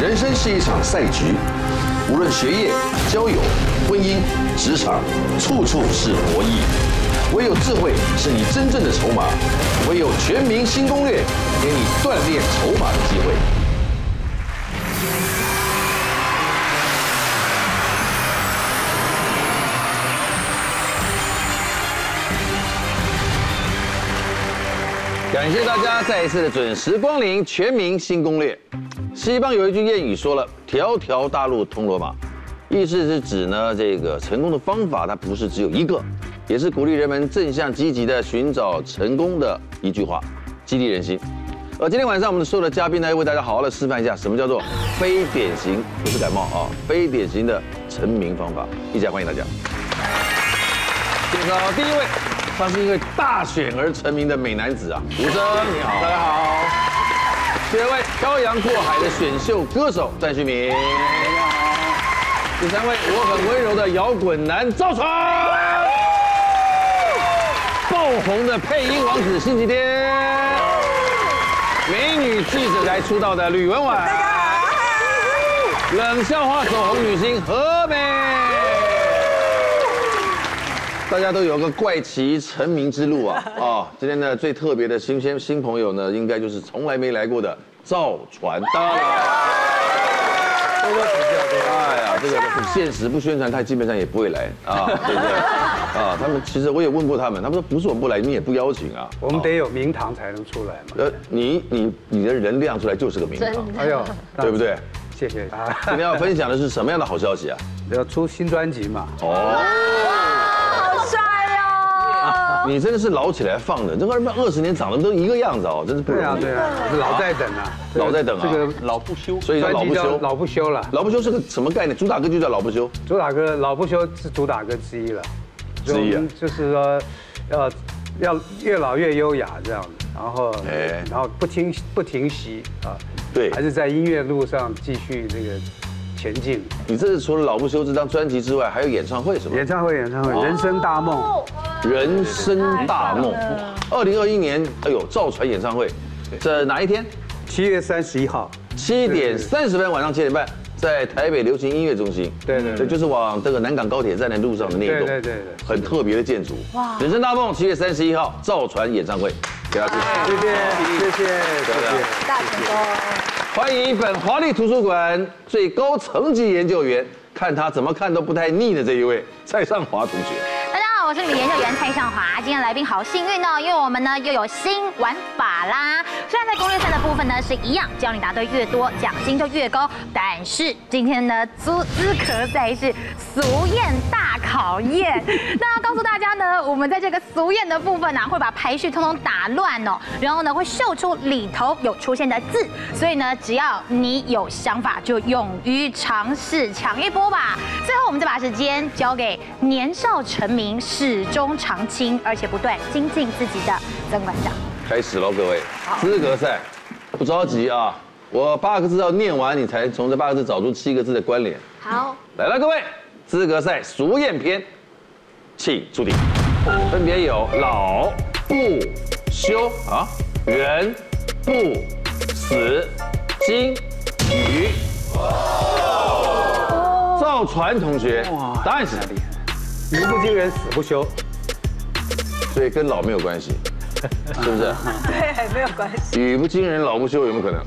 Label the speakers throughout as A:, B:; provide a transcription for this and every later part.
A: 人生是一场赛局，无论学业、交友、婚姻、职场，处处是博弈。唯有智慧是你真正的筹码，唯有全民新攻略，给你锻炼筹码的机会。感谢大家再一次的准时光临《全民新攻略》。西方有一句谚语说了“条条大路通罗马”，意思是指呢，这个成功的方法它不是只有一个，也是鼓励人们正向积极的寻找成功的一句话，激励人心。呃，今天晚上我们所有的嘉宾呢，为大家好好的示范一下什么叫做非典型，不是感冒啊，非典型的成名方法。一起来欢迎大家。介绍第一位，他是因为大选而成名的美男子啊，吴峥，你好，大家好。第二位，漂洋过海的选秀歌手赞旭明，大家好。第三位，我很温柔的摇滚男赵传，爆红的配音王子辛弃天，美女记者来出道的吕雯雯，冷笑话走红女星何美。大家都有个怪奇成名之路啊！啊、今天呢最特别的新鲜新朋友呢，应该就是从来没来过的赵传达了。哎呀，这个很现实，不宣传他基本上也不会来啊，对不对？啊，他们其实我也问过他们，他们说不是我们不来，你也不邀请啊。
B: 我们得有名堂才能出来嘛。
A: 呃，你你你的人亮出来就是个名堂，
B: 哎呦，
A: 对不对？
B: 谢谢啊！
A: 今天要分享的是什么样的好消息啊？
B: 要出新专辑嘛？
A: 哦。
C: 好帅哦！
A: 你真的是老起来放的，这二百二十年长得都一个样子哦，真是不容易。
B: 对啊，对啊，我是老在等啊，这个
A: 老在等啊
B: 这个
D: 老不休，
A: 所以叫老
B: 专
A: 不
B: 辑
A: 休
B: 叫。老不休了，
A: 老不休是个什么概念？主打歌就叫老不休，
B: 主打歌老不休是主打歌之一了，
A: 之一啊
B: 所以我们就是说，呃，要越老越优雅这样子，然后
A: 哎
B: 然后不停不停息啊，
A: 对
B: 还是在音乐路上继续这个前进。
A: 你这是除了老不休这张专辑之外，还有演唱会什么？
B: 演唱会，演唱会，人生大
C: 哦
B: 梦，
A: 人生大梦，二零二一年，哎呦，赵传演唱会，这哪一天？
B: 七月三十一号。
A: 七点三十分，晚上七点半，在台北流行音乐中心。
B: 对对对
A: 这就是往这个南港高铁站的路上的那一栋，
B: 对对对对
A: 很特别的建筑。哇，人生大梦，七月三十一号，赵传演唱会，给大家支持。
B: 谢谢，谢谢，谢谢。
C: 大成功！
A: 欢迎本华丽图书馆最高层级研究员，看他怎么看都不太腻的这一位蔡尚华同学。
C: 大家好，我是你的研究员蔡尚华。今天来宾好幸运哦，因为我们呢又有新玩法啦。虽然在攻略赛的部分呢是一样，只要你答对越多，奖金就越高。但是今天呢资资格赛是俗谚大考验。那要告诉大家呢，我们在这个俗谚的部分呢、会把排序通通打乱哦，然后呢会秀出里头有出现的字，所以呢只要你有想法，就勇于尝试，抢一波吧。最后我们再把时间交给年少成名、始终常青，而且不断精进自己的曾馆长。
A: 开始喽，各位，资格赛，不着急啊，我八个字要念完，你才从这八个字找出七个字的关联。
C: 好，
A: 来了，各位，资格赛俗谚篇，请出题，分别有老不休啊，人不死，金鱼。赵传同学，答案是，
B: 语不惊人死不休，
A: 所以跟老没有关系，是不是？
E: 对，没有关系。
A: 语不惊人老不休，有没有可能？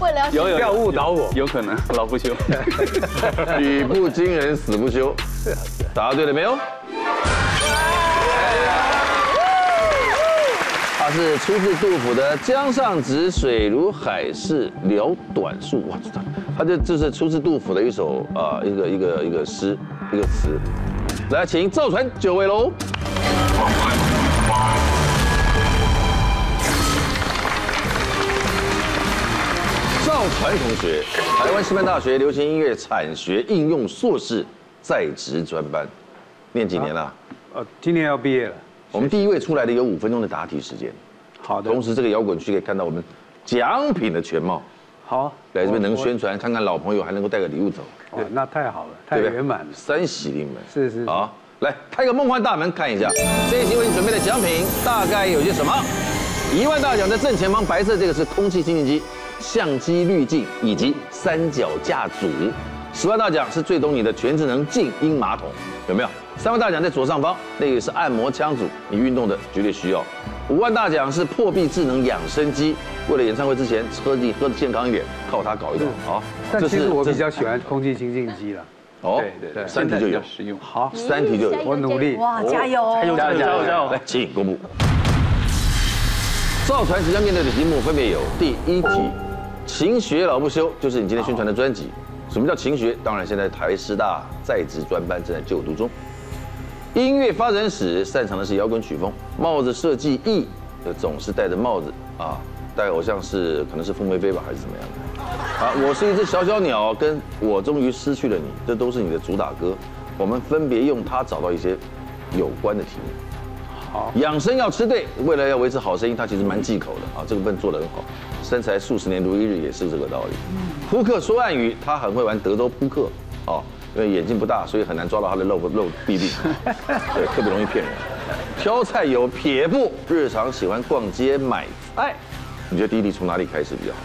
E: 为了要
A: 哎
D: 有有
B: 不要误导我。
D: 有可能老不休。
A: 语不惊人死不休，答对了没有？它是出自杜甫的“江上直水如海是潦短树”，哇，它就就是出自杜甫的一首啊、呃一个一个一个诗一个词。来，请赵传九位喽。赵传同学，台湾师范大学流行音乐产学应用硕士在职专班，念几年了、
B: 呃，今年要毕业了。
A: 我们第一位出来的有五分钟的答题时间。
B: 好的，
A: 同时，这个摇滚区可以看到我们奖品的全貌，
B: 好，
A: 来这边能
B: 我
A: 宣传，看看老朋友还能够带个礼物走，
B: 我哇那太好了，太
A: 对不对？
B: 圆满了。
A: 三喜临门，
B: 是是是
A: 好，来开个梦幻大门看一下，这一集为你准备的奖品大概有些什么？一万大奖的正前方白色这个是空气清净机，相机滤镜以及三脚架组。十万大奖是最懂你的全智能静音马桶，有没有？三万大奖在左上方，那个是按摩枪组，你运动的绝对需要。五万大奖是破壁智能养生机，为了演唱会之前喝你喝的健康一点，靠它搞一搞啊。
B: 嗯但
A: 这
B: 其
A: 是
B: 实我
A: 这
B: 比较喜欢空气清净机了。
A: 哦
B: 对对，对
A: 三题就有，
D: 实用。
B: 好，
A: 三题就有。哦
B: 我努力。
E: 哇，加油！
D: 油加油加油加油！
A: 来，请公布。赵传即将面对的题目分别有：第一题，勤学老不休，就是你今天宣传的专辑。什么叫勤学？当然，现在台师大在职专班正在就读中。音乐发展史擅长的是摇滚曲风，帽子设计艺，呃，总是戴着帽子啊，戴偶像是可能是凤飞飞吧，还是怎么样的？啊，我是一只小小鸟，跟我终于失去了你，这都是你的主打歌。我们分别用它找到一些有关的题目。养生要吃对，为了要维持好声音，它其实蛮忌口的啊。这个笨做得很好，身材数十年如一日也是这个道理。扑克说暗语，他很会玩德州扑克啊，因为眼睛不大，所以很难抓到他的漏不漏弊病， 对，特别容易骗人。挑菜有撇步，日常喜欢逛街买
B: 哎
A: 菜，你觉得第一题从哪里开始比较好？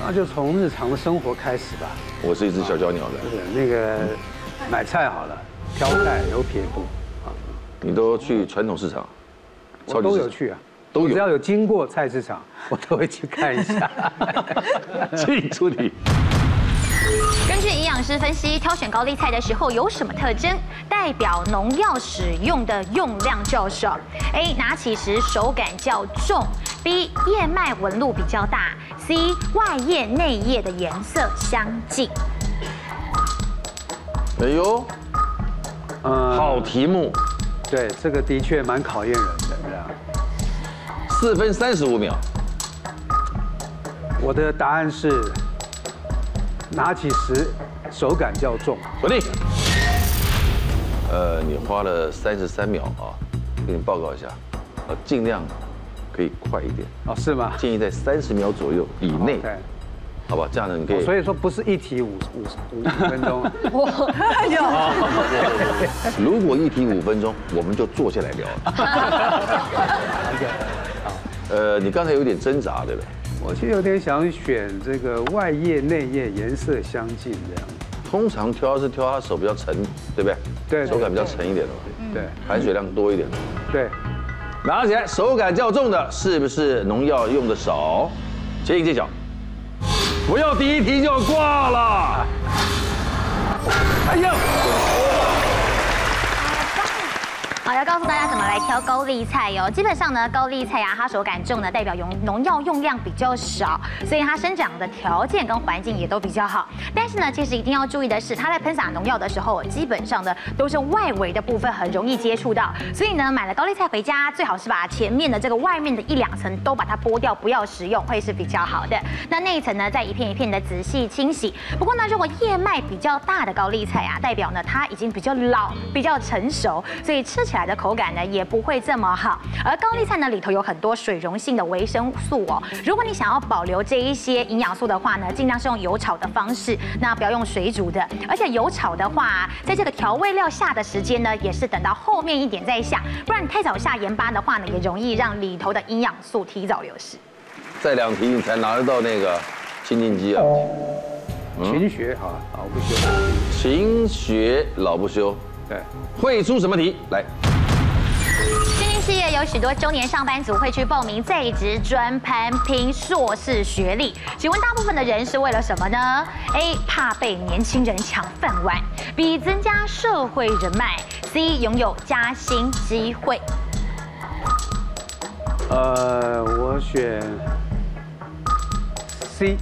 B: 那就从日常的生活开始吧。
A: 我是一只小小鸟的，
B: 对，那个买菜好了，挑菜有撇步，
A: 你都去传统市场、
B: 我都有去啊，
A: 都有
B: 我只要有经过菜市 场，我都会去看一下。
A: 进出题。
C: 根据营养师分析，挑选高丽菜的时候有什么特征，代表农药使用的用量较少？A. 拿起时手感较重；B. 叶脉纹路比较大；C. 外叶内叶的颜色相近。
A: 哎呦，
B: 嗯，
A: 好题目，
B: 对，这个的确蛮考验人的，啊是吧？
A: 四分三十五秒。
B: 我的答案是，拿起时手感较重。
A: 锁定。呃，你花了三十三秒啊，给你报告一下，呃，尽量可以快一点，
B: 哦，是吗？
A: 建议在三十秒左右以内，
B: 对，
A: 好吧？这样呢，你可以。
B: 哦所以说不是一题五五五五 分钟，
E: 哎呦，
A: 如果一题五分钟，我们就坐下来聊了。呃，你刚才有点挣扎，对不对？
B: 我其实有点想选这个外叶内叶颜色相近这样。
A: 通常挑是挑它手比较沉，对不对？
B: 对嗯
A: 手感比较沉一点的嘛，
B: 对
A: 含水量多一点的。
B: 对，
A: 拿起来手感较重的，是不是农药用的少？请揭晓。不要第一题就挂了。哎呀，
C: 好，要告诉大家怎么来挑高丽菜哦。基本上呢，高丽菜呀、它手感重呢，代表用农药用量比较少，所以它生长的条件跟环境也都比较好。但是呢，其实一定要注意的是，它在喷洒农药的时候，基本上呢都是外围的部分很容易接触到，所以呢，买了高丽菜回家，最好是把前面的这个外面的一两层都把它剥掉，不要食用，会是比较好的。那那一层呢，再一片一片的仔细清洗。不过呢，如果叶脉比较大的高丽菜啊，代表呢它已经比较老、比较成熟，所以吃起来的口感呢也不会这么好。而高丽菜呢里头有很多水溶性的维生素哦，如果你想要保留这一些营养素的话呢，尽量是用油炒的方式，那不要用水煮的。而且油炒的话、在这个调味料下的时间呢，也是等到后面一点再下，不然你太早下盐巴的话呢，也容易让里头的营养素提早流失。
A: 再两题你才拿得到那个清净机啊！嗯
B: 勤学好了，好不休。
A: 勤学老不休，
B: 对，
A: 会出什么题？来，
C: 新兴事业有许多中年上班族会去报名在职专班拼硕士学历，请问大部分的人是为了什么呢？A. 怕被年轻人抢饭碗；B. 增加社会人脉；C. 拥有加薪机会。
B: 呃，我选 C。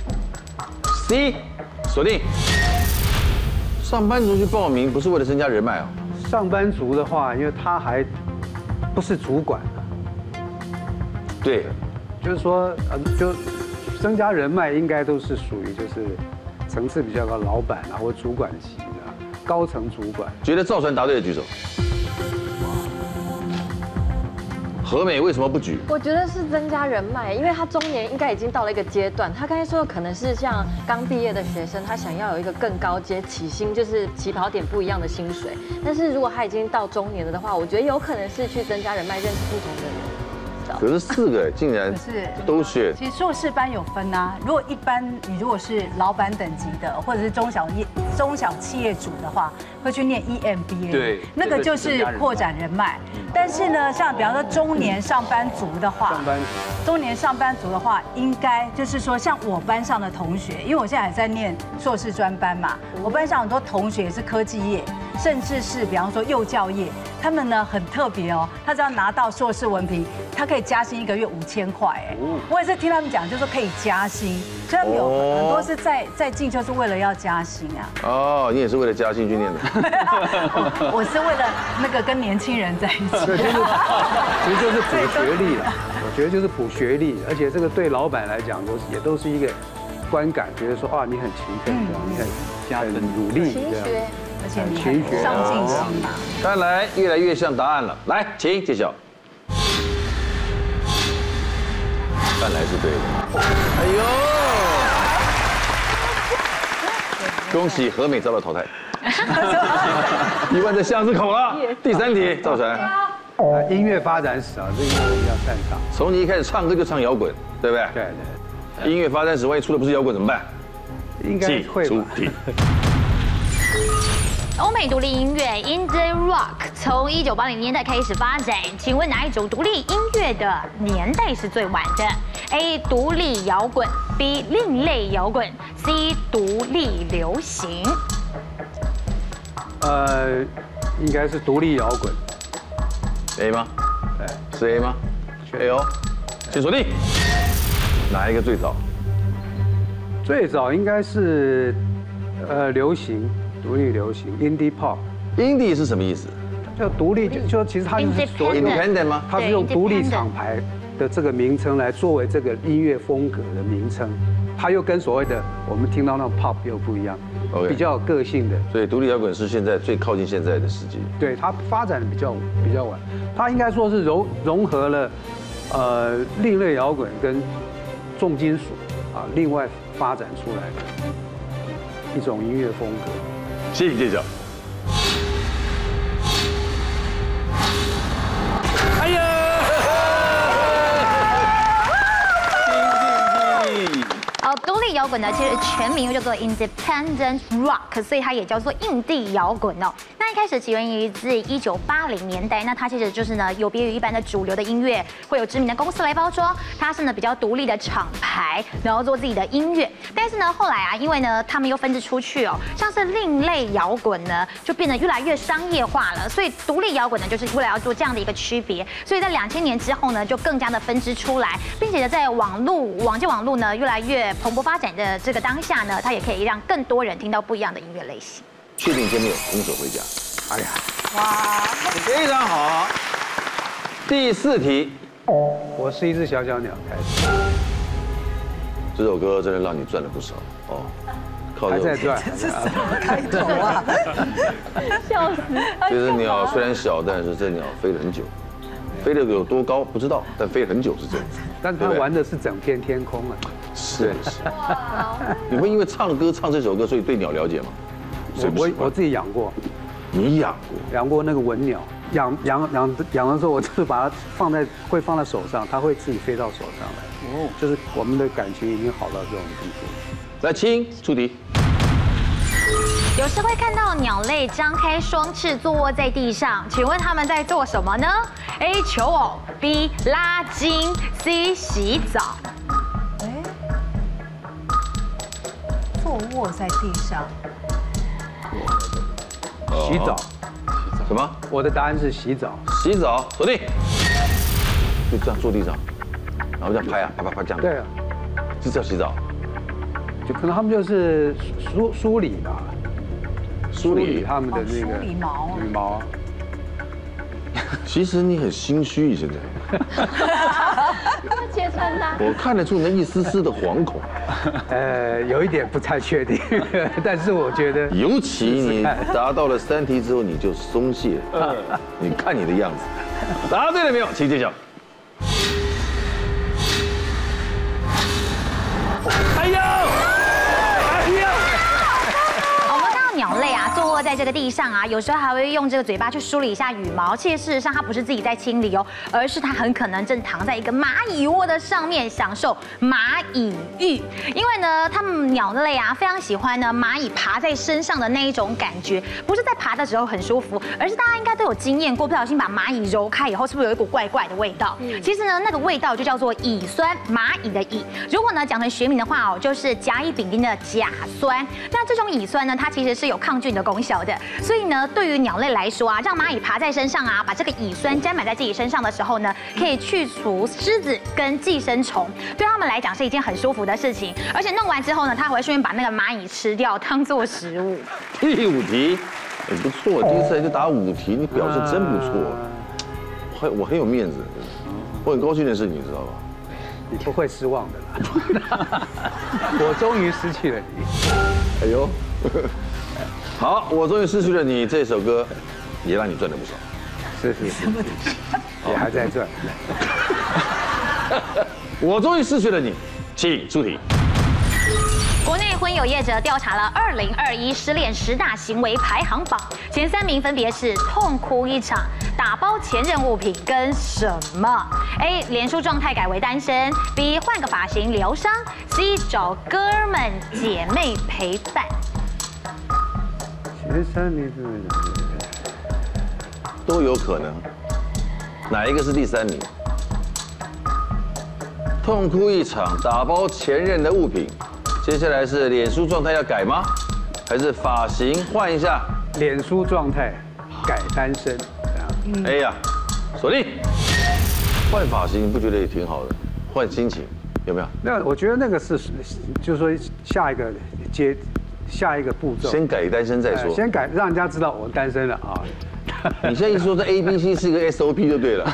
A: C，锁定。上班族去报名不是为了增加人脉啊，
B: 上班族的话，因为他还不是主管，
A: 对，
B: 就是说，呃，就增加人脉，应该都是属于就是层次比较高，老板啊或主管级的啊高层主管。
A: 觉得赵传答对的举手。何美为什么不举？
E: 我觉得是增加人脉，因为他中年应该已经到了一个阶段。他刚才说的可能是像刚毕业的学生，他想要有一个更高阶起薪，就是起跑点不一样的薪水。但是如果他已经到中年了的话，我觉得有可能是去增加人脉，认识不同的人。到。
A: 可是四个竟然
D: 可是
A: 都选
D: 其实硕士班有分啊，如果一般你如果是老板等级的，或者是中小业中小企业主的话，会去念 E EMBA，
B: 对
D: 那个就是扩展人脉。但是呢，像比方说中年上班族的话，
B: 上班族
D: 中年上班族的话，应该就是说像我班上的同学，因为我现在还在念硕士专班嘛，我班上很多同学是科技业，甚至是比方说幼教业，他们呢很特别哦，他只要拿到硕士文凭，他可以加薪一个月五千块哎，我也是听他们讲，就是可以加薪，所以他们有
A: 哦
D: 很多是在在进就是为了要加薪啊，
A: 哦，你也是为了加薪去念 的。
D: 我是为了那个跟年轻人在一起。啊
B: 对，就是 其实就是补学历了。我觉得就是补学历，而且这个对老板来讲都是也都是一个观感，觉得说啊你很勤奋这样，你很加很努力
E: 勤
B: 这
E: 学
B: 样。，
D: 而且你
B: 勤学
D: 还上进心啊嘛。
A: 看来越来越像答案了。来，请揭晓。看来是对的。哎呦！恭喜何美遭到淘 汰，一万在巷子口了。第三题，赵晨，
B: 啊，音乐发展史啊，这个我比较擅长。
A: 从你一开始唱歌就唱摇滚，对不对？
B: 对对，
A: 音乐发展史，万一出的不是摇滚怎么办？
B: 应该会
A: 出
B: 吧。
A: 题。
C: 欧美独立音乐 Indian Rock 从一九八零年代开始发展，请问哪一种独立音乐的年代是最晚的？A. 独立摇滚，B. 另类摇滚，C. 独立流行。
B: 呃，应该是独立摇滚。
A: A 吗？
B: 对，
A: 是 A 吗
B: 是
A: ？A 哦，请锁定哪一个最早？
B: 最早应该是呃流行，独立流行 indie pop。
A: Indie 是什么意思
B: 就独立，就就其实它就是所有
C: Independent
A: ？Independent 吗？
B: 它是
C: 对
B: 用独立
C: independent
B: 厂牌的这个名称来作为这个音乐风格的名称，它又跟所谓的我们听到那种 pop 又不一样
A: OK
B: 比较有个性的。
A: 所以独立摇滚是现在最靠近现在的时机。
B: 对，它发展的比较比较晚，它应该说是融融合了呃另类摇滚跟重金属啊，另外发展出来的一种音乐风格。
A: 谢谢介绍。哎呀！精进剂
C: 哦，独立摇滚呢，其实全名叫做 Independent Rock，所以它也叫做印地摇滚哦。那一开始起源于自一九八零年代，那它其实就是呢，有别于一般的主流的音乐，会有知名的公司来包装，它是呢比较独立的厂牌，然后做自己的音乐。但是呢，后来啊，因为呢他们又分支出去哦，像是另类摇滚呢，就变得越来越商业化了，所以独立摇滚呢，就是为了要做这样的一个区别，所以在两千年之后呢，就更加的分支出来，并且呢，在网络网际网络呢越来越蓬勃发展的这个当下呢，它也可以让更多人听到不一样的音乐类型。
A: 确定今天有红手回家。
B: 哎呀，
A: 非常好。第四题，
B: 我是一只小小鸟开始，
A: 这首歌真的让你赚了不少哦，靠
B: 还
A: 这
B: 在
A: 首歌
B: 转。。
D: 啊
E: 笑死！
A: 这只鸟虽然小，但是这鸟飞了很久，飞得有多高不知道，但飞很久是真的。
B: 但
A: 对
B: 他
A: 不对
B: 玩的是整片天空啊，
A: 是是。你们因为唱歌唱这首歌，所以对鸟了解吗？所以不
B: 我
A: 喜
B: 我
A: 欢
B: 我自己养过，
A: 你养过，
B: 养过那个文鸟，养养养养的时候，我就是把它放在会放在手上，它会自己飞到手上来。哦，就是我们的感情已经好到这种地步。
A: 来亲出题。
C: 有时会看到鸟类张开双翅坐卧在地上，请问它们在做什么呢？A. 求偶，B. 拉筋，C. 洗澡。
D: 哎，坐卧在地上，
B: 洗澡，
A: 哦什么？
B: 我的答案是洗澡。
A: 洗澡，锁定。就这样坐地上，然后这样拍啊，啪啪啪这样。
B: 对，啊，
A: 是叫洗澡。
B: 就可能他们就是梳梳理吧，
A: 梳理。
B: 他们的那个
D: 哦梳理毛啊
B: 羽毛。
A: 其实你很心虚，现在。
E: 揭穿 他。
A: 我看得出你那一丝丝的惶恐，
B: 呃，有一点不太确定，但是我觉得
A: 尤其你达到了三题之后，你就松懈。你看你的样子，答对了没有？请揭晓。
C: 我们看到鸟类啊，坐落在在这个地上啊，有时候还会用这个嘴巴去梳理一下羽毛。其实事实上，它不是自己在清理哦，而是它很可能正躺在一个蚂蚁窝的上面，享受蚂蚁浴。因为呢，它们鸟类啊非常喜欢呢蚂蚁爬在身上的那一种感觉，不是在爬的时候很舒服，而是大家应该都有经验过，不小心把蚂蚁揉开以后，是不是有一股怪怪的味道？其实呢，那个味道就叫做乙酸蚂蚁的蚁。如果呢讲成学名的话哦，就是甲乙丙丁的甲酸。那这种乙酸呢，它其实是有抗菌的功效的。所以呢，对于鸟类来说啊，让蚂蚁爬在身上啊，把这个乙酸沾满在自己身上的时候呢，可以去除虱子跟寄生虫，对啊它们来讲是一件很舒服的事情。而且弄完之后呢，它还会顺便把那个蚂蚁吃掉，当做食物。
A: 第五题，哎不错，第一次来就答五题，你表现真不错，我很我很有面子，我很高兴的事，你知道吧？
B: 你不会失望的啦。 我终于失去了你。
A: 哎呦， 好，我终于失去了你这首歌，也让你赚了不少。
B: 是是 是，我还在这儿。
A: 我终于失去了你，请出题。
C: 国内婚友业者调查了2021失恋十大行为排行榜，前三名分别是痛哭一场、打包前任物品跟什么？A. 脸书状态改为单身；B. 换个发型疗伤；C. 找哥们姐妹陪伴。
B: 前三名是
A: 都有可能。哪一个是第三名？痛哭一场，打包前任的物品。接下来是脸书状态要改吗？还是发型换一下？
B: 脸书状态改单身，这样
A: 哎呀，锁定。换发型你不觉得也挺好的？换心情有没有？
B: 那我觉得那个是，就是说下一个阶，下一个步骤，
A: 先改单身再
B: 呃
A: 说。
B: 先改，让人家知道我单身了啊。
A: 你现在一说这 A B C 是一个 SOP 就 对了。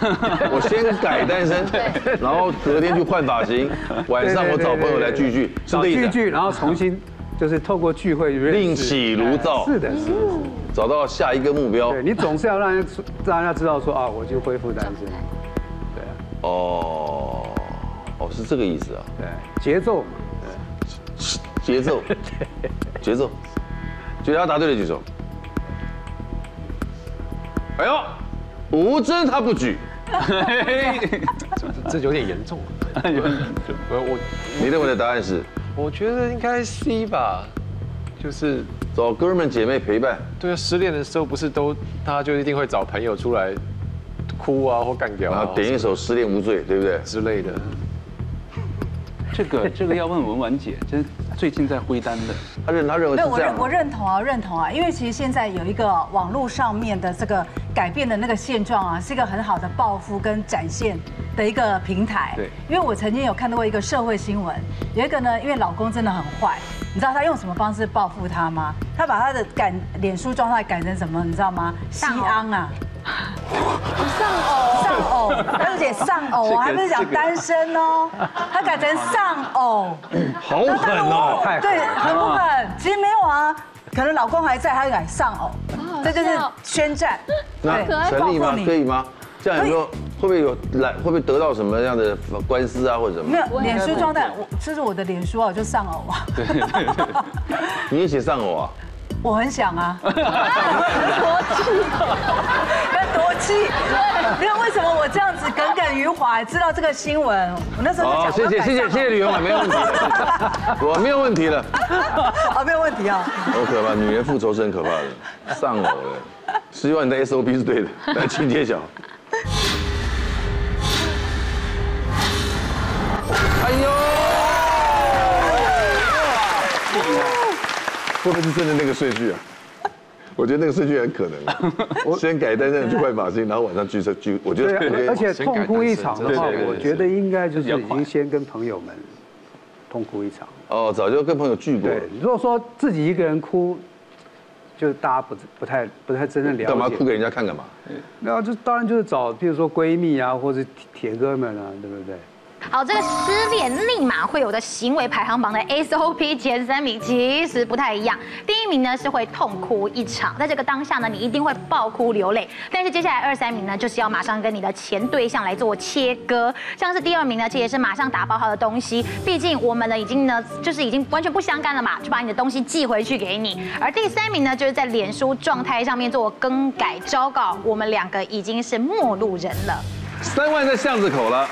A: 我先改单身，然后隔天去换发型，晚哎上我找朋友来聚聚，是
B: 找
A: 这意
B: 聚
A: 思啊。
B: 聚，然后重 新就是透过聚会认识哎
A: 另起炉灶
B: 是的，是的，
A: 找到下一个目标
B: 对。你总是要让人让人家知道说啊，我就恢复单身，对啊
A: 哦，哦，是这个意思啊，
B: 对，节奏嘛，
A: 节 奏，节奏，举手答对了举手。哎呦，吴真他不举，
F: 这有点严重。我
A: 你认为的答案是
F: 我我觉得应该 C 吧，就是
A: 找哥们姐妹陪伴，
F: 对啊，失恋的时候不是都大家就一定会找朋友出来哭啊或干掉
A: 然
F: 啊
A: 后点一首《失恋无罪》，对不对？
F: 之类的。
G: 这个这个要问文婉姐，这最近在挥单的，
A: 他认他认为是
D: 对，我
A: 这样
D: 认
A: 吗。
D: 我认同啊，认同啊，因为其实现在有一个网络上面的这个改变的那个现状啊，是一个很好的报复跟展现的一个平台。
G: 对
D: 因为我曾经有看到过一个社会新闻，有一个呢，因为老公真的很坏，你知道他用什么方式报复他吗？他把他的改脸书状态改成什么，你知道吗？西
C: 丧偶
D: 安啊。丧 偶，丧偶，他就写丧偶啊，还不是讲单身哦，他改成丧偶，
A: 好狠哦！
B: 太狠
D: 对，很不狠。其实没有啊，可能老公还在，他就敢上偶，这就是宣战。对哎
A: 那成立吗
D: 报复？你
A: 可以吗？这样有没有会不会有来会不会得到什么样的官司啊或者什么
D: 没？有脸书状态，我这是我的脸书啊，我就上偶啊。对
A: 你也写丧偶啊？
D: 我很想 啊，多气，那多气。没有为什么我这样子耿耿于怀，知道这个新闻，我那时候
A: 好，
D: 就
A: 哦谢
D: 讲，
A: 谢谢谢谢谢李元婉，没有问题了，啊我没有问题了。
D: 啊，没有问题啊。
A: 好可怕，女人复仇是很可怕的，丧偶了。希望你的 SOP 是对的。来，请揭晓。哎呦！会不会是真的那个顺序啊？我觉得那个顺序很可 能。啊先改单身去换发型，然后晚上聚餐聚。我觉
B: 对
A: 得
B: 啊，而而且痛哭一场的话，
F: 对对对
B: 我觉得应该就是已
G: 比较
B: 经
G: 快
B: 先跟朋友们痛哭一场。
A: 哦，早就跟朋友聚过了
B: 对，，如果说自己一个人哭，就是大家不不太不太真正了解。
A: 干嘛哭给人家看干嘛？
B: 那就当然就是找，比如说闺蜜啊，或者铁铁哥们啊，对不对？
C: 好，这个失恋立马会有的行为排行榜的 SOP 前三名其实不太一样。第一名呢是会痛哭一场，在这个当下呢，你一定会爆哭流泪。但是接下来二三名呢，就是要马上跟你的前对象来做切割。像是第二名呢，这也是马上打包他的东西，毕竟我们呢已经呢就是已经完全不相干了嘛，就把你的东西寄回去给你。而第三名呢，就是在脸书状态上面做更改昭告，我们两个已经是陌路人了。
A: 三万在巷子口了，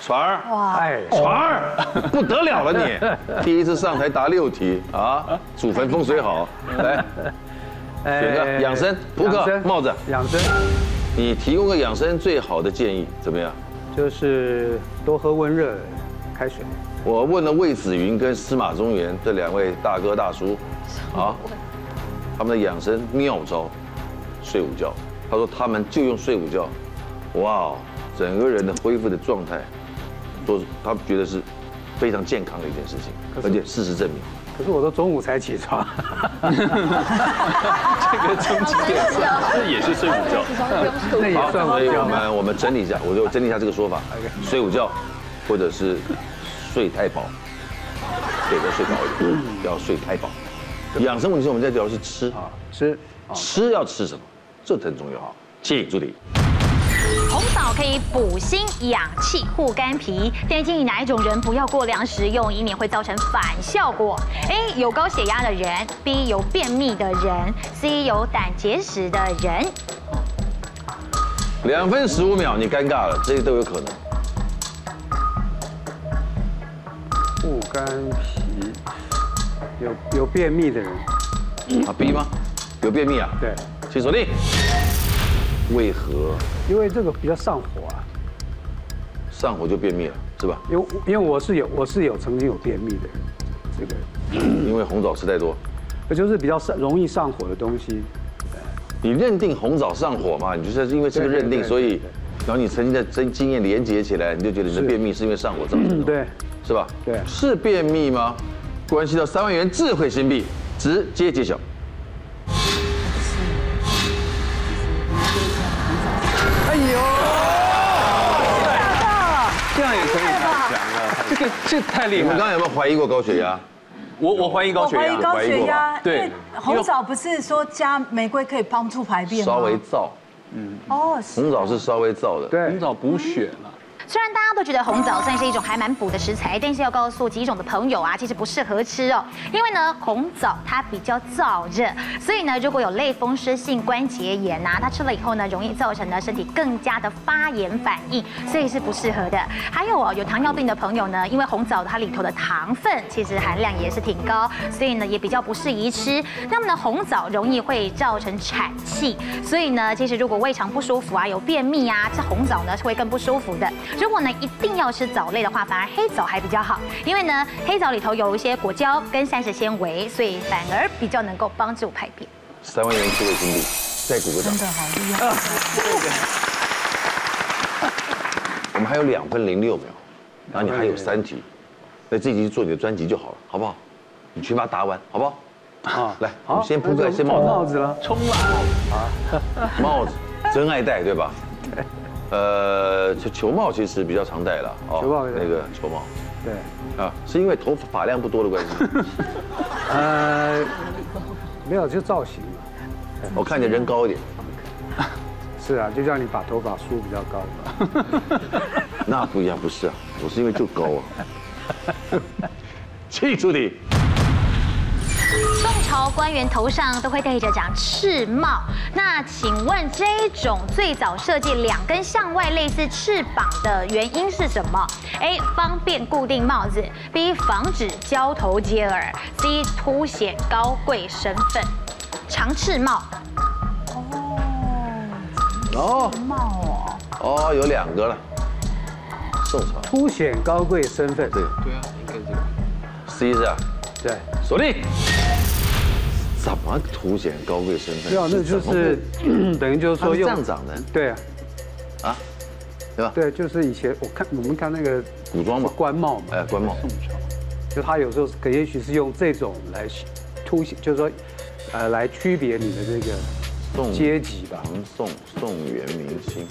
A: 船儿，
B: 哎，
A: 船儿， 不得了了你！第一次上台答六题啊，祖坟风水好，来，选个养生扑克
B: 哎养生
A: 帽子
B: 养生
A: 你提供个养生最好的建议怎么样？
B: 就是多喝温热开水。
A: 我问了魏子云跟司马中原这两位大哥大叔，啊，他们的养生妙招，睡午觉。他说他们就用睡午觉，哇哦，整个人的恢复的状态，都是他们觉得是非常健康的一件事情，而且事实证明，
B: 可是我都中午才起床，
G: 这个中间这也是睡午觉。
B: 那也算
A: 所以我
B: 午觉吗？
A: 们我们整理一下，我就整理一下这个说法：睡午觉，或者是睡太饱，睡得睡饱一点，不要睡太饱。养生问题我们在聊的是吃啊。
B: 吃
A: 吃要吃什么，这很重要。谢谢助理。
C: 红枣可以补锌、养气、护肝脾，但是建议哪一种人不要过量食用，以免会造成反效果。A. 有高血压的人，B. 有便秘的人，C. 有胆结石的人。
A: 两分十五秒，你尴尬了，这些都有可能。
B: 护肝脾，有有便秘的人，
A: 啊，B 吗？有便秘啊？
B: 对，
A: 请锁定。为何
B: 因为这个比较上火啊。
A: 上火就便秘了，是吧？
B: 因为因为我是有我是有曾经有便秘的人，这个
A: 因为红枣吃太多。
B: 我就是比较上容易上火的东西。
A: 你认定红枣上火嘛？你就是因为这个认定，
B: 对对对
A: 所以，然后你曾经的真经验连结起来，你就觉得你的
B: 是
A: 便秘是因为上火造成的，
B: 嗯对，
A: 是吧？
B: 对
A: 是便秘吗？关系到三万元智慧新币，直接揭晓。
G: 这样也可以太强了，这个这太厉
A: 你
G: 害
A: 们刚
G: 了。
A: 刚有没有怀疑过高血压？
G: 我我怀疑高
D: 我
G: 血压，
D: 怀疑哦高血压，因
G: 对
D: 为红枣不是说加玫瑰可以帮助排便吗？
A: 稍微燥，
D: 哦，是
G: 嗯
A: 红枣是稍微燥的。
B: 对
G: 红，枣补血了。
C: 虽然大家都觉得红枣算是一种还蛮补的食材，但是要告诉几种的朋友啊，其实不适合吃哦。因为呢，红枣它比较燥热，所以呢，如果有类风湿性关节炎呐、它吃了以后呢，容易造成呢身体更加的发炎反应，所以是不适合的。还有哦，有糖尿病的朋友呢，因为红枣它里头的糖分其实含量也是挺高，所以呢也比较不适宜吃。那么呢，红枣容易会造成产气，所以呢，其实如果胃肠不舒服啊，有便秘啊，吃红枣呢是会更不舒服的。如果呢一定要吃藻类的话，反而黑枣还比较好，因为呢黑枣里头有一些果胶跟膳食纤维，所以反而比较能够帮助排便。
A: 三万元智慧经理，再鼓个掌。真的好
G: 啊
A: 厉害！我们还有两分零六秒，然后你还有三题，那这集做你的专辑就好了，好不好？你全把它答完，好不好？
B: 啊
A: 来我
B: 好，
A: 们先铺盖
B: 那就
A: 先帽子
B: 帽子了，
A: 帽子真爱戴对吧？呃，球球帽其实比较常戴了哦
B: 球帽
A: 那个球帽
B: 对，
A: 啊，是因为头发发量不多的 关系。
B: 呃，没有就造型嘛，
A: 我看你人高一点，
B: 是啊，就让你把头发梳比较高 嘛，
A: 那不一样，不是啊，我是因为就高啊。 记住你。
C: 宋朝官员头上都会戴着长翅帽，那请问这种最早设计两根向外类似翅膀的原因是什么？A. 方便固定帽子，B. 防止交头接耳，C. 凸显高贵身份。长翅帽，
A: 哦
D: 帽哦，
A: 哦，有两个了，宋朝。
B: 凸显高贵身份。
A: 对对啊，应该这个。C 是啊，
B: 对，
A: 锁定。怎么凸显高贵身份？
B: 没有，那就
A: 怎么
B: 是 等于就是
A: 它
B: 说
A: 是这
B: 用
A: 样长的，
B: 对啊，
A: 对吧？
B: 对，就是以前我看我们看那个
A: 古装嘛，
B: 官帽嘛，
A: 哎，官帽。
B: 就他有时候可也许是用这种来凸显，就是说，呃，来区别你的这个
A: 宋
B: 阶级吧。
A: 唐宋宋元明清，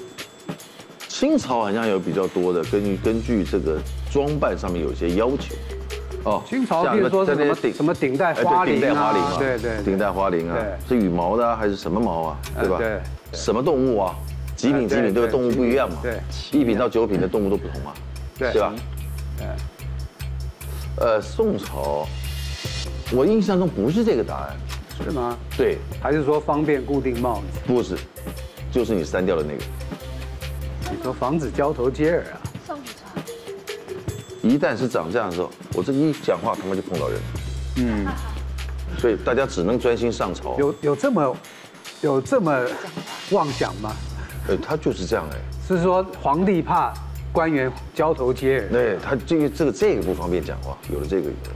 A: 清朝好像有比较多的，根据根据这个装扮上面有一些要求。哦，
B: 清朝
A: 像
B: 比如说
A: 在那
B: 什么
A: 顶
B: 什么顶戴
A: 哎对
B: 花翎
A: 顶戴
B: 啊
A: 花翎啊，
B: 对对对
A: 顶戴花翎啊，是羽毛的啊还是什么毛啊？对吧？
B: 呃对对
A: 什么动物啊？几品
B: 呃
A: 几
B: 对
A: 品对吧？
B: 对
A: 动物不一样嘛，
B: 啊对，
A: 一品到九品的动物都不同嘛，
B: 对
A: 是吧？呃，宋朝，我印象中不是这个答案，
B: 是吗？
A: 对，
B: 还是说方便固定帽子？
A: 不是，就是你删掉的那个。
B: 你说防止交头接耳啊？
E: 宋朝
A: 一旦是长这样的时候，我这一讲话他妈就碰到人，
G: 嗯，
A: 所以大家只能专心上朝。
B: 有有这么有这么妄想吗？
A: 呃，他就是这样哎，
B: 是说皇帝怕官员交头接耳？
A: 那他这个这个这个不方便讲话，有了这个以后，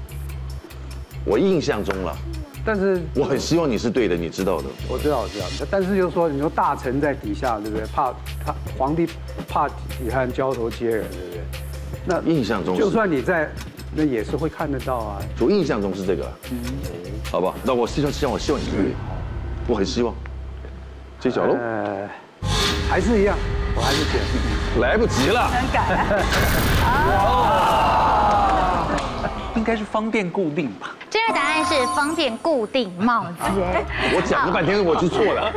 A: 我印象中了，
B: 但是
A: 我很希望你是对的，你知道的。
B: 我知道，我知道，但是就是说，你说大臣在底下，对不对？怕他皇帝怕底下人交头接耳，对不对？那
A: 印象中是
B: 就算你在，那也是会看得到啊。
A: 我印象中是这个，
B: 嗯
A: 好吧？那我希望希望我希望你是对的，我很希望。这小龙
B: 呃，还是一样，我还是选。
A: 来不及了，
D: 很改啊。
G: 应该是方便固定吧。
C: 正确答案是方便固定帽子。哎
A: 我讲了半天我是错了。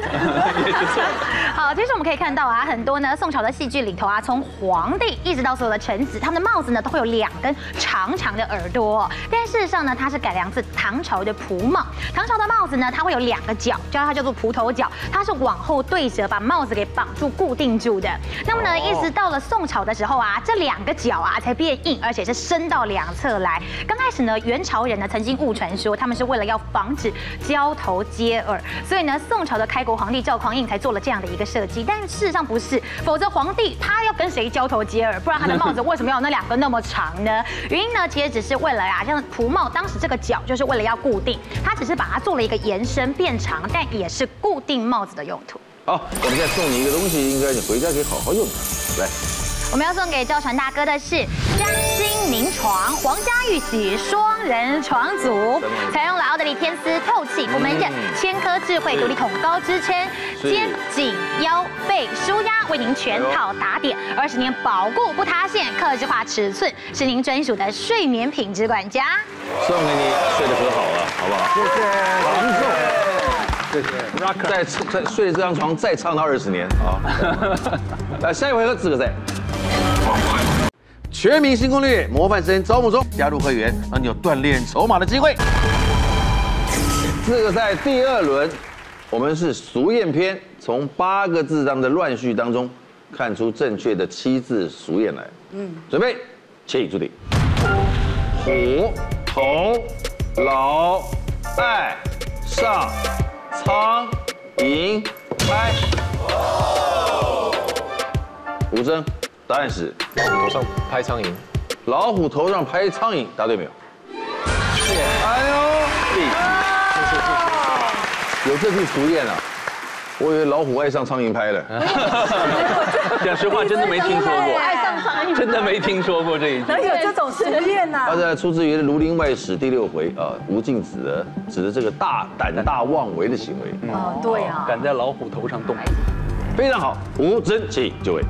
C: 好，其实我们可以看到啊，很多呢宋朝的戏剧里头啊，从皇帝一直到所有的臣子，他们的帽子呢都会有两根长长的耳朵。但事实上呢，它是改良自唐朝的蒲帽。唐朝的帽子呢，它会有两个角，叫它叫做蒲头角，它是往后对折把帽子给绑住固定住的。那么呢，一直到了宋朝的时候啊，这两个角啊才变硬，而且是伸到两侧来。刚开始呢，元朝人呢曾经误传说他们是为了要防止交头接耳，所以呢，宋朝的开国皇帝赵匡胤才做了这样的一个设计。但事实上不是，否则皇帝他要跟谁交头接耳，不然他的帽子为什么要有那两个那么长呢？原因呢，其实只是为了啊，像蒲帽当时这个角就是为了要固定，它只是把它做了一个延伸变长，但也是固定帽子的用途。
A: 好，我们再送你一个东西，应该你回家可以好好用它。来，
C: 我们要送给赵传大哥的是张新宁床皇家玉玺双人床组，采用了奥地利天丝透气不闷热
A: 嗯
C: 千科智慧独立筒高支撑，
A: 是
C: 肩颈腰背舒压，为您全套打点，
A: 哎
C: 二十年保固不塌陷，克制化尺寸，是您专属的睡眠品质管家。
A: 送给你，睡得可好了，好不好？
B: 谢谢，
A: 唐宋。
B: 谢谢。
A: 再再睡这张床，再唱到二十年 啊！来，下一回合资格赛。全民新攻略，模范生招募中，加入会员，让你有锻炼筹码的机会。资格赛第二轮，我们是俗谚篇，从八个字当的乱序当中，看出正确的七字俗谚来。嗯，准备，请注定。虎头老爱上苍蝇拍。吴征，答案是
F: 头上拍苍蝇，
A: 老虎头上拍苍蝇，答对没有？哎呦，有这句俗谚啊，我以为老虎爱上苍蝇拍了。
G: 讲实话，真的没听说过，
E: 爱上苍蝇，
G: 真的没听说过这一句。
D: 哪有这种俗啊谚
A: 它
D: 呐？
A: 在出自于《庐陵外史》第六回啊，吴敬指的指的这个大胆大妄为的行为。
D: 哦，对啊，
G: 敢在老虎头上动，
A: 非常好，吴真请就位。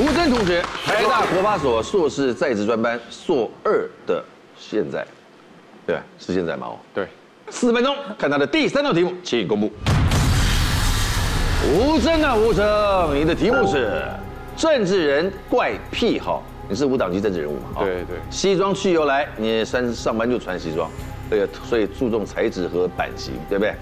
A: 吴真同学，台大国法所硕士在职专班硕二的现在，对吧，是现在吗？哦，
F: 对，
A: 四十分钟，看他的第三道题目，请公布。吴征啊，吴征，你的题目
F: 哦
A: 是政治人怪癖好，你是无党籍政治人物嘛？啊
F: 对对
A: 西装去由来，你三上班就穿西装，这个所以注重材质和版型，对不对？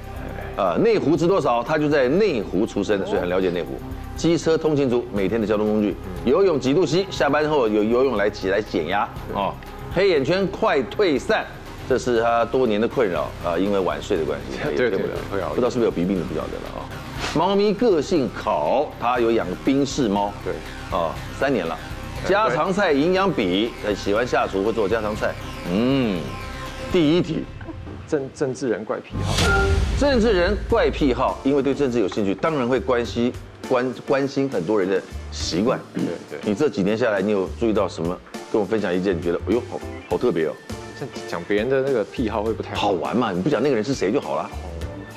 A: 啊，内湖值多少？他就在内湖出
F: 哦
A: 生，所以很了解内湖。机车通勤族每天的交通工具，
F: 嗯
A: 游泳几度息，下班后有游泳来起来减压哦。黑眼圈快退散，这是他多年的困扰啊，因为晚睡的关系，他也
F: 对
A: 睡不
F: 对对会
A: 了
F: 熬，夜
A: 不知道是不是有鼻病的不晓得了啊。猫咪个性好，它有养冰室猫，
F: 对
A: 啊，三年了。家常菜营养比，呃，喜欢下厨会做家常菜。嗯，第一题，
F: 政政治人怪癖好，
A: 政治人怪癖好，因为对政治有兴趣，当然会关心关关心很多人的习惯。
F: 对对
A: 你这几年下来，你有注意到什么？跟我分享意见，你觉得哎呦，好好特别哦。
F: 这讲别人的那个癖好会不太
A: 好玩嘛，你不讲那个人是谁就好了。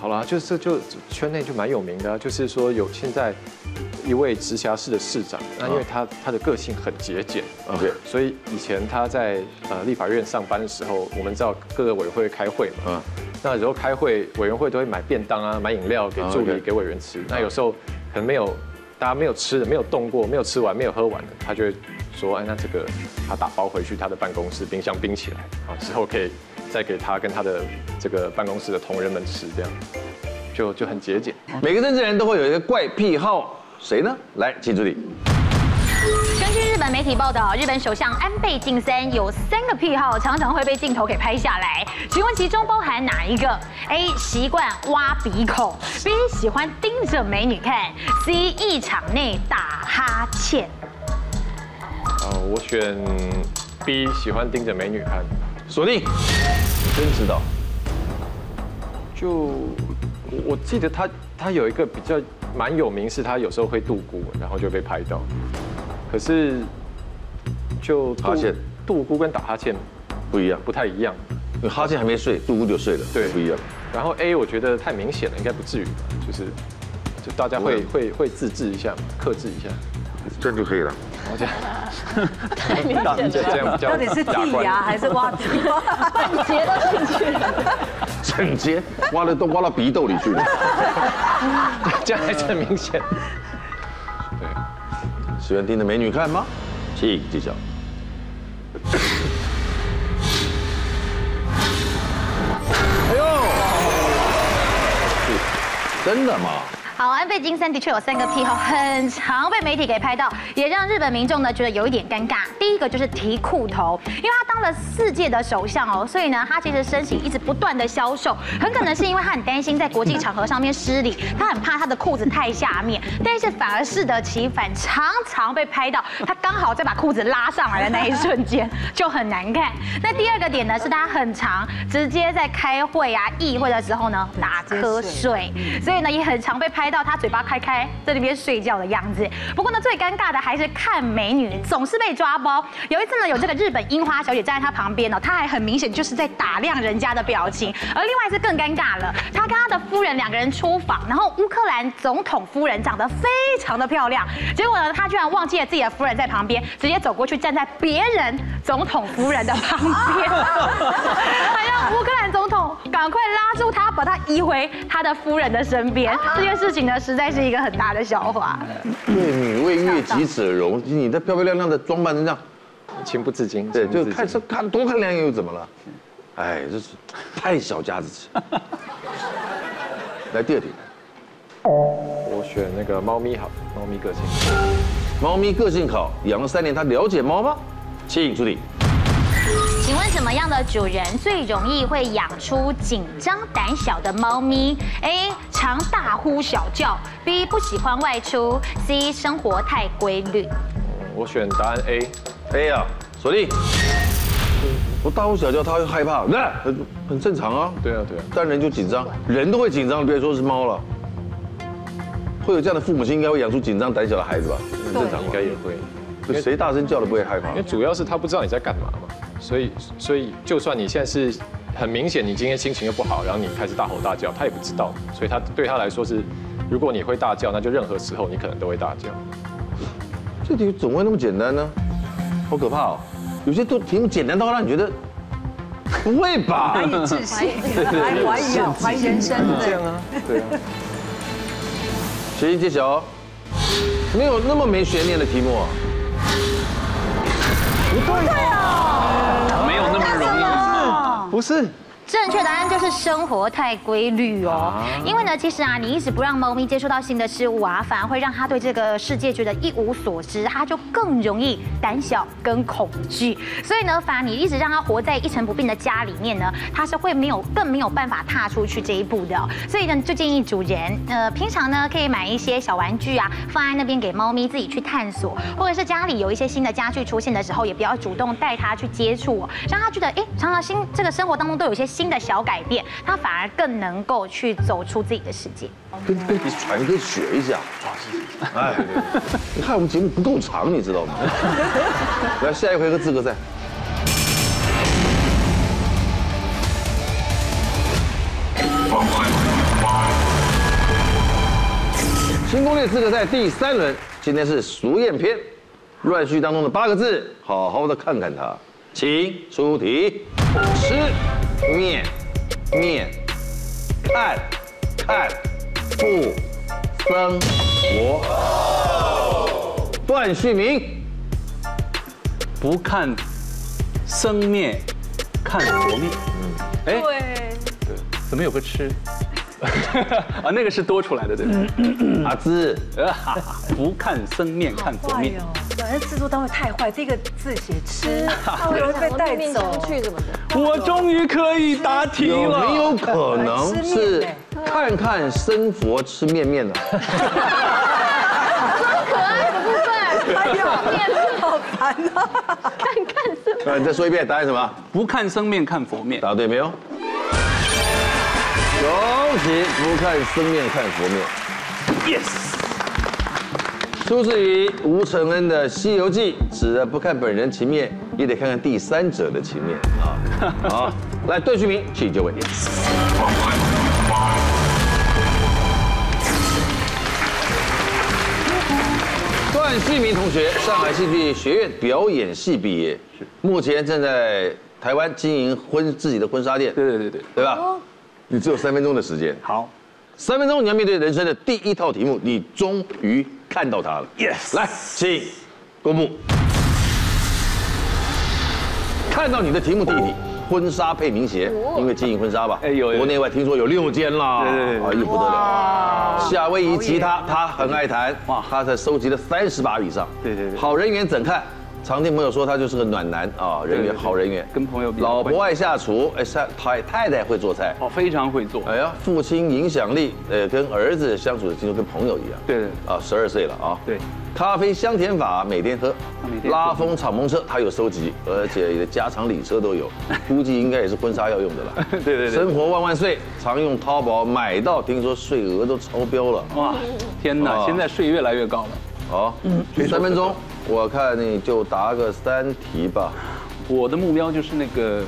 F: 好啦，就是就圈内就蛮有名的啊、就是说有现在一位直辖市的市长，
A: 啊
F: 那因为他他的个性很节俭
A: OK
F: 所以以前他在呃立法院上班的时候，我们知道各个委员会开会嘛，
A: 嗯
F: 那有时候开会委员会都会买便当啊，买饮料给助
A: 啊，OK
F: 理给委员吃，那有时候可能没有大家没有吃的，没有动过，没有吃完，没有喝完的，他就会说，哎，那这个他打包回去他的办公室冰箱冰起来啊，之后可以再给他跟他的这个办公室的同仁们吃这样。就就很节俭。
A: 每个政治人都会有一个怪癖好，谁呢？来，请助理。
C: 根据日本媒体报道，日本首相安倍晋三有三个癖好，常常会被镜头给拍下来。请问其中包含哪一个？A. 习惯挖鼻孔；B. 喜欢盯着美女看；C. 一场内打哈欠。
F: 啊，我选 B，喜欢盯着美女看。
A: 锁定，真知道。
F: 就我我记得他他有一个比较蛮有名，是他有时候会度孤，然后就被拍到。可是就度
A: 哈欠
F: 度孤跟打哈欠
A: 不一样，
F: 不太一样。
A: 哈欠还没睡，杜姑就睡了，
F: 对
A: 不一样。
F: 然后 A 我觉得太明显了，应该不至于吧？就是就大家会
A: 不
F: 会会自制一下嘛，克制一下。
A: 这样就可以了。
E: 太明显
F: 这
E: 了，
F: 样比较
D: 到底 是
F: 雅
D: 剔
F: 观
D: 牙还是挖鼻？
E: 半截都进去了。
A: 整洁，挖的都挖到鼻窦里去了。
F: 这样还是很明显。 对。
A: 喜欢盯着美女看吗？请揭晓。哎呦，真的吗？
C: 好，安倍晋三的确有三个癖好，很常被媒体给拍到，也让日本民众呢觉得有一点尴尬。第一个就是提裤头，因为他当了四届的首相哦，所以呢，他其实身形一直不断的消瘦，很可能是因为他很担心在国际场合上面失礼，他很怕他的裤子太下面，但是反而适得其反，常常被拍到他刚好在把裤子拉上来的那一瞬间就很难看。那第二个点呢，是他很常直接在开会啊、议会的时候呢打瞌睡。睡，所以呢也很常被拍到他嘴巴开开在那边睡觉的样子。不过呢，最尴尬的还是看美女总是被抓包。有一次呢，有这个日本樱花小姐站在他旁边呢，哦他还很明显就是在打量人家的表情。而另外一次更尴尬了，他跟他的夫人两个人出访，然后乌克兰总统夫人长得非常的漂亮，结果呢，他居然忘记了自己的夫人在旁边，直接走过去站在别人总统夫人的旁边，还让乌克兰总统赶快拉住他，把他移回他的夫人的身边。这件事情呢，实在是一个很大的笑话。
A: 对，女为悦己者容。你这漂漂亮亮的装扮成这样，
F: 情不自禁，
A: 对，
F: 情不
A: 就
F: 自禁
A: 看这看多看两眼又怎么了？哎，这是太小家子 气。来第二题，
F: 我选那个猫咪好，猫咪个性。
A: 猫咪个性好，养了三年，它了解猫吗？请助理。
C: 请问什么样的主人最容易会养出紧张胆小的猫咪？A. 常大呼小叫，B. 不喜欢外出，C. 生活太规律。
F: 我选答案 A，
A: 哎呀，锁定。我大呼小叫，它会害怕，那很很正常啊。
F: 对啊对啊
A: 但人就紧张，人都会紧张，别说是猫了。会有这样的父母亲，应该会养出紧张胆小的孩子吧？很正常
F: 应
A: 吧
F: 该也会，
A: 就谁大声叫了不会害怕
F: 因为？主要是他不知道你在干嘛嘛，所以所以就算你现在是很明显，你今天心情又不好，然后你开始大吼大叫，他也不知道，所以他对他来说是，如果你会大叫，那就任何时候你可能都会大叫。
A: 这题怎么会那么简单呢？好可怕哦！有些都题目简单到让你觉得， 不会吧？
D: 难以置信，还怀疑啊，怀疑人生，
G: 嗯
D: 对。
F: 啊，对啊。
A: 谁揭晓？哦没有那么没悬念的题目啊！
G: 没有那么容易。
F: 不是，
C: 正确答案就是生活太规律哦，因为呢，其实啊，你一直不让猫咪接触到新的事物啊，反而会让它对这个世界觉得一无所知，它就更容易胆小跟恐惧。所以呢，反而你一直让它活在一成不变的家里面呢，它是会没有更没有办法踏出去这一步的哦、所以呢，就建议主人，呃，平常呢可以买一些小玩具啊，放在那边给猫咪自己去探索，或者是家里有一些新的家具出现的时候，也不要主动带它去接触、哦，让它觉得哎，诶常常新这个生活当中都有一些新的小改变，它反而更能够去走出自己的世界。
A: 跟跟比传可以学一下。哎，你看我们节目不够 长，你知道吗？来，下一回合资格赛。新攻略资格赛第三轮，今天是俗谚篇，乱序当中的八个字，好好的看看它。请出题：吃面面，看看不生活。段旭明，
G: 不看生面，看佛面。哎，
E: 对，
G: 对，怎么有个吃？ 啊，那个是多出来的，对不对？
A: 阿兹，
G: 啊 不看生面，看佛
D: 坏
G: 面。
D: 哦，反正制作单位太坏，第一个字写 吃，好容易被
E: 被带
D: 带
E: 走
D: 走。
E: 去什么的，
G: 我终于可以答题
A: 有没
G: 了。
A: 有可能
D: 吃面
A: 是
D: 呗
A: 看看生佛吃面面 的？
D: 哎呀，好烦啊！
A: 啊，你再说一遍，答案是什么？
G: 不看生面，看佛面。
A: 答对没 有？恭喜，不看僧面看佛面。Yes。出自于吴承恩的《西游记》，指的不看本人情面，也得看看第三者的情面 啊！好，来，段旭明，请就位。段旭明同学，上海戏剧学院表演系毕业，目前正在台湾经营婚自己的婚纱店，
G: 对对对对，
A: 对吧？你只有三分钟的时间，
G: 好。
A: 三分钟你要面对人生的第一套题目，你终于看到它了。
G: Yes
A: 来，请公布。看到你的题目第一题，婚纱配名鞋，因为经营婚纱吧，
G: 哎有有
A: 国内外听说有六间啦，
G: 对对对
A: 哎呦不得了。夏威夷吉他，他很爱弹，哇，他才收集了三十把以上。
G: 对对对
A: 好人缘怎看？常听朋友说他就是个暖男啊，人
G: 对对
A: 缘
G: 对
A: 好人缘，
G: 跟朋友比较
A: 老
G: 会
A: 婆爱下厨，哎，太太太太会做菜，
G: 哦，非常会做。
A: 哎呀，父亲影响力，呃，跟儿子相处的就跟朋友一样。
G: 对对
A: 啊，十二岁了啊。
G: 对啊
A: 咖啡香甜法每天喝
G: 每，天喝
A: 拉风敞篷车他有收集，而且也家常礼车都 有，估计应该也是婚纱要用的啦。
G: 对对对
A: 生活万万岁，常用淘宝买到，听说税额都超标了。
G: 哇，天哪！
A: 哦
G: 现在税越来越高了。
A: 好，
G: 嗯
A: 三分钟，我看你就答个三题吧。
G: 我的目标就是那个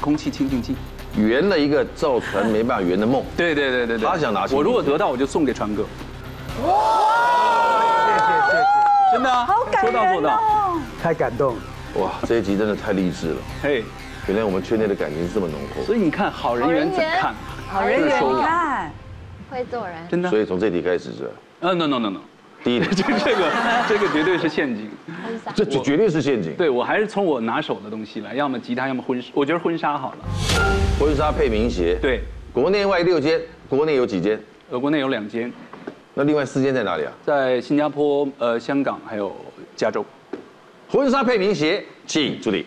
G: 空气清净机。
A: 圆了一个造成没办法圆的 梦。
G: 对对对对对，
A: 他想拿清净机
G: 我如果得到，我就送给川哥。哇！真的啊，
D: 好感
G: 说到做
D: 人
G: 到。
D: 哦！
B: 太感动了。
A: 哇，这一集真的太励志了，
G: 嘿，
A: 原来我们圈内的感情是这么浓厚。
G: 所以你看好人缘怎么看？
D: 好人
E: 啊
D: 缘，你看，
E: 会做人。
G: 真的啊
A: 所？以从这题开始是。
G: 呃，no no no no，
A: 第一
G: 这
A: 点，
G: 个这个绝对是陷阱。
A: 这绝绝对是陷阱。
G: 对我还是从我拿手的东西来，要么吉他，要么婚纱。我觉得婚纱好了。
A: 婚纱配名鞋，，
G: 对，
A: 国内外六间，国内有几间？
G: 呃，国内有两间，
A: 那另外四间在哪里啊？
G: 在新加坡、呃香港还有加州。
A: 婚纱配名鞋，请助理。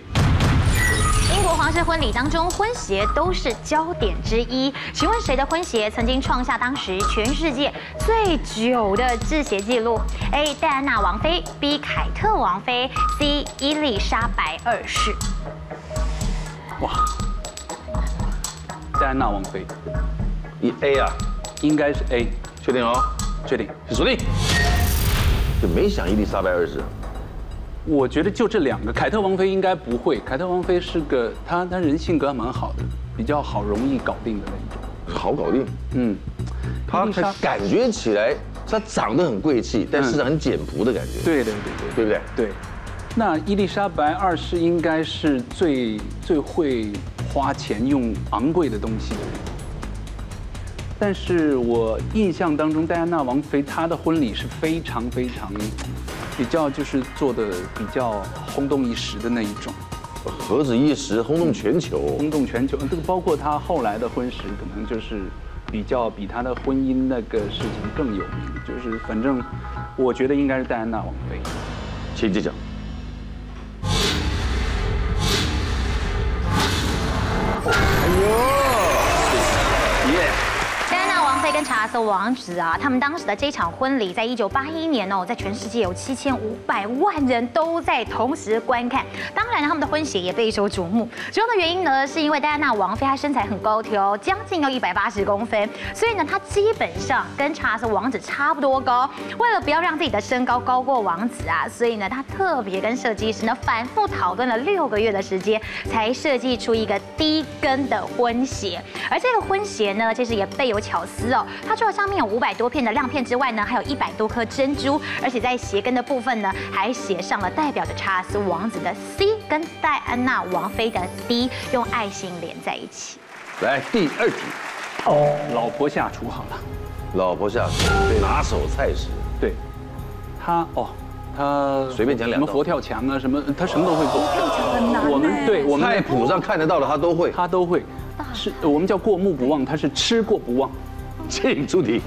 C: 英国皇室婚礼当中，婚鞋都是焦点之一。请问谁的婚鞋曾经创下当时全世界最久的制鞋记录？A. 戴安娜王妃，B. 凯特王妃，C. 伊丽莎白二世。
G: 哇，戴安娜王妃
A: 一 A 啊，
G: 应该是 A，
A: 确定哦，
G: 确定。
A: 助理。就没想伊丽莎白二世，啊
G: 我觉得就这两个，凯特王妃应该不会。凯特王妃是个她，她人性格还蛮好的，比较好容易搞定的那一种。
A: 好搞定。
G: 嗯，
A: 她
G: 伊丽莎嗯
A: 感觉起来，她长得很贵气，但是很简朴的感觉，
G: 对对对
A: 对不对？
G: 对对。那伊丽莎白二世应该是最最会花钱用昂贵的东西的人，但是我印象当中，戴安娜王妃她的婚礼是非常非常比较就是做的比较轰动一时的那一种。
A: 何止一时，轰动全球。
G: 轰动全球，呃这个包括他后来的婚史，可能就是比较比他的婚姻那个事情更有名。就是反正我觉得应该是戴安娜王妃。
A: 请揭晓。
C: 戴安娜王妃跟查尔斯王子啊，他们当时的这场婚礼，在一九八一年哦，在全世界有七千五百万人都在同时观看。当然，他们的婚鞋也备受瞩目。主要的原因呢，是因为戴安娜王妃她身材很高挑，将近要一百八十公分，所以呢，她基本上跟查尔斯王子差不多高。为了不要让自己的身高高过王子啊，所以呢，她特别跟设计师呢反复讨论了六个月的时间，才设计出一个低跟的婚鞋。而这个婚鞋呢，其实也备有巧思哦，它它除了上面有五百多片的亮片之外呢，还有一百多颗珍珠，而且在鞋跟的部分呢，还写上了代表着查尔斯王子的 C 跟戴安娜王妃的 D，用爱心连在一起。
A: 来第二题，
G: 老婆下厨好了。
A: 老婆下厨拿手菜是
G: 对，他哦，他
A: 随便讲两
G: 什么
A: 道
G: 佛跳墙啊，什么他什么都会做。
D: 很难呢
G: 我们对我们
A: 菜谱上看得到的他都会。
G: 他都会，是我们叫过目不忘，他是吃过不忘。
A: 请出题，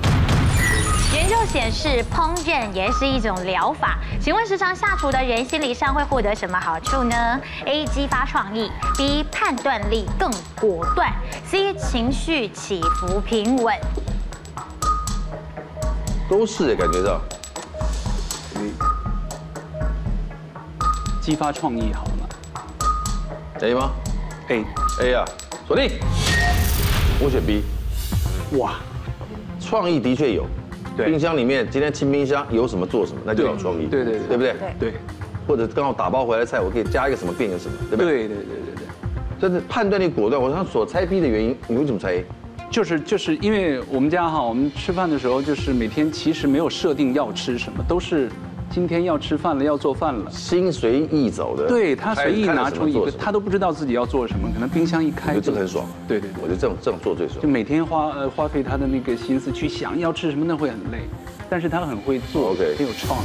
C: 研究显示，烹饪也是一种疗法。请问时常下厨的人心理上会获得什么好处呢？A. 激发创意；B. 判断力更果断；C. 情绪起伏平稳。
A: 都是感觉上
G: 激发创意好了吗？
A: 可以吗
G: 哎，
A: ？A 呀、锁定。我选 B，
G: 哇，
A: 创意的确有。
G: 对
A: 冰箱里面今天清冰箱有什么做什么，那就有创意。
G: 对对对
A: 对不对？
D: 对
G: 对，
A: 或者刚好打包回来的菜，我可以加一个什么变一个什么，对不对？
G: 对对对对对，
A: 但是判断力果断，我想所猜 B 的原因，你为什么猜 A？
G: 就是就是因为我们家哈，我们吃饭的时候就是每天其实没有设定要吃什么，都是今天要吃饭了，要做饭了。
A: 心随意走的，
G: 对他
A: 看
G: 随意
A: 看
G: 拿
A: 什么
G: 出一
A: 做
G: 个，
A: 什么
G: 他都不知道自己要做什么，可能冰箱一
A: 我
G: 开
A: 觉得这个很爽。
G: 对对对
A: 我觉得这种这种做最爽
G: 就。每天花呃花费他的那个心思去想要吃什么，那会很累。但是他很会做
A: OK
G: 很有创意。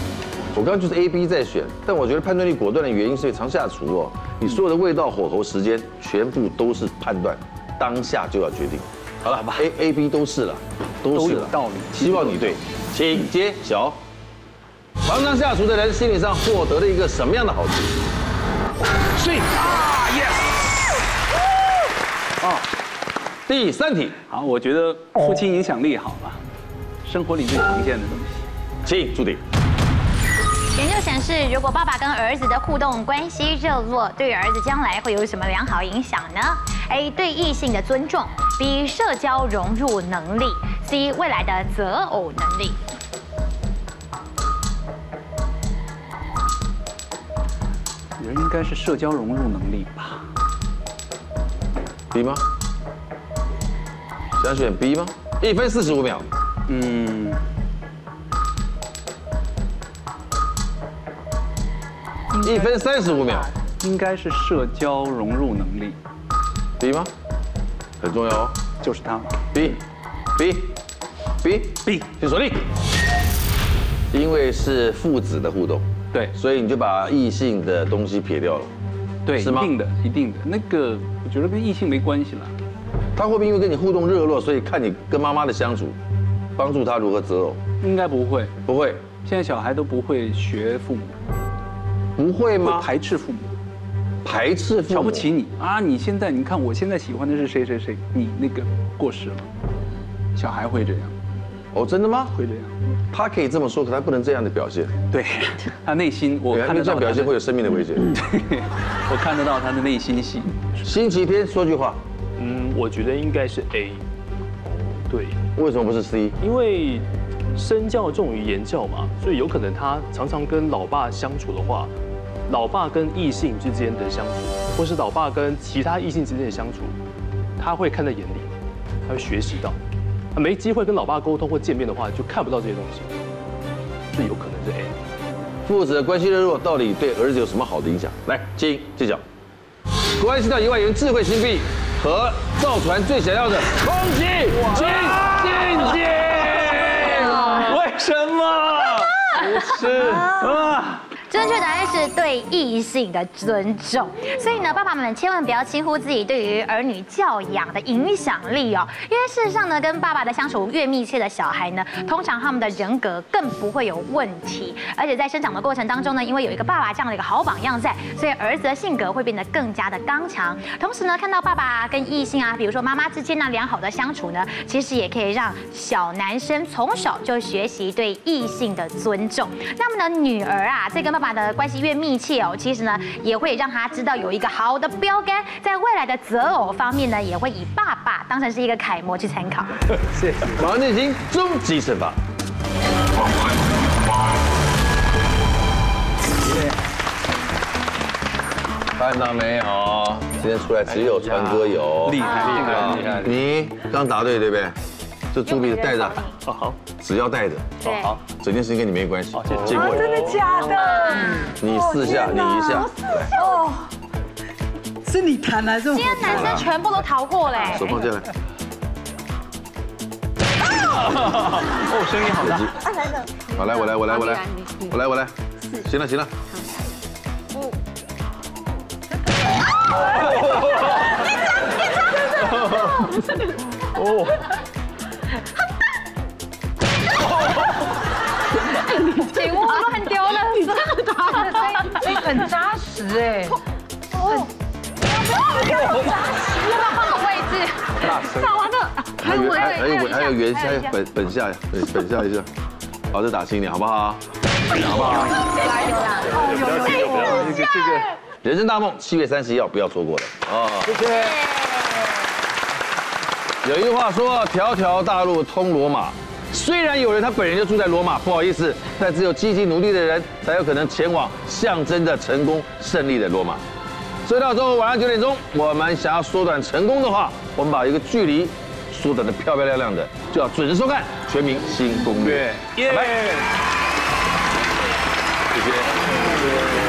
A: 我刚刚就是 A、B 在选，但我觉得判断力果断的原因是因为常下厨哦，你所有的味道、火候、时间，全部都是判断，当下就要决定。好了，吧 A、A、B 都是了，都是
G: 都有
A: 了，
G: 道理
A: 希望你对，请揭晓。常常下厨的人心理上获得了一个什么样的好处？
G: 睡啊，yes。
A: 哦第三题，
G: 好，我觉得父亲影响力好了，生活里最常见的东西。
A: 请注定。
C: 研究显示，如果爸爸跟儿子的互动关系热络，对于儿子将来会有什么良好影响呢？A. 对异性的尊重；B. 社交融入能力；C. 未来的择偶能力。
G: 人应该是社交融入能力吧？
A: B 吗？想选 B 吗？一分四十五秒，
G: 嗯，
A: 一分三十五秒
G: 应该是社交融入能力，
A: ，B 吗？很重要哦
G: 就是他。
A: ，B，B，B。
G: B，
A: 请锁定。因为是父子的互动，
G: 对
A: 所以你就把异性的东西撇掉了。
G: 对，一
A: 是吗
G: 定的，一定的。那个我觉得跟异性没关系了。
A: 他会不会因为跟你互动热络，所以看你跟妈妈的相处，帮助他如何择偶？
G: 应该不会，
A: 不会，
G: 现在小孩都不会学父母，
A: 不会吗
G: 会？排斥父母，
A: 排斥父母，
G: 瞧不起你啊！你现在你看，我现在喜欢的是谁谁谁，你那个过时了。小孩会这样，
A: 哦，真的吗？
G: 会这样。
A: 他可以这么说，可他不能这样的表现，
G: 对， 他内心我
A: 对
G: 看
A: 因为
G: 得
A: 这
G: 到
A: 样表
G: 他
A: 现
G: 的
A: 会有生命的危险。
G: 我看得到他的内心戏。
A: 星期天说句话，
H: 嗯，我觉得应该是 A。对，
A: 为什么不是 C？
H: 因为身教重于言教嘛，所以有可能他常常跟老爸相处的话，老爸跟异性之间的相处，或是老爸跟其他异性之间的相处，他会看在眼里，他会学习到。他没机会跟老爸沟通或见面的话，就看不到这些东西，所以有可能是 A。
A: 父子的关系热络到底对儿子有什么好的影响？来，金揭晓。关系到一万元智慧新币和造船最想要的恭喜金金金。
G: 为什么？不是啊，
C: 正确答案是对异性的尊重，所以呢，爸爸们千万不要轻忽自己对于儿女教养的影响力哦，因为事实上呢，跟爸爸的相处越密切的小孩呢，通常他们的人格更不会有问题，而且在生长的过程当中呢，因为有一个爸爸这样的一个好榜样在，所以儿子的性格会变得更加的刚强。同时呢，看到爸爸跟异性啊，比如说妈妈之间呢良好的相处呢，其实也可以让小男生从小就学习对异性的尊重。那么呢，女儿啊，在跟爸爸的关系越密切哦，其实呢，也会让她知道有一个好的标杆，在未来的择偶方面呢，也会以爸爸当成是一个楷模去参考。
A: 马上进行终极惩罚。看到没有？今天出来只有川哥有，
G: 厉害厉害
A: 啊
G: 厉害！
A: 你刚答对对不对？这朱莉带着喊，
H: 哦好，
A: 只要带着，
C: 对，
H: 好
A: 整件事情跟你没关系
H: 哦谢谢。
A: 结
G: 啊
A: 果
D: 真的假的？
A: 你四下，你一下，
D: 哦，是你弹还是我
C: 今？天男生全部都逃过嘞，
A: 手放下来，
H: 哦，声音好大，
A: 好来，我来，我来，我来，我来，我来，行了，行了。
C: 请勿乱丢了，你这个打
D: 哎，很扎实哎，
C: 换个位置，打完了，
A: 还有还
C: 还
A: 还有
C: 有一
A: 还还有
C: 下
A: 原还有本本下本本下一下，好，再打轻一点，好不好？
C: 哎
A: 好不好？
F: 这个这个。
A: 人生大梦七月三十一号，不要错过了啊！谢谢。有一句话说：“条条大路通罗马。”虽然有人他本人就住在罗马，不好意思，但只有积极努力的人才有可能前往象征着成功胜利的罗马。所以到周五晚上九点钟，我们想要缩短成功的话，我们把一个距离缩短的漂漂亮亮的，就要准时收看《全民新攻略》。
H: 耶！
A: 谢谢。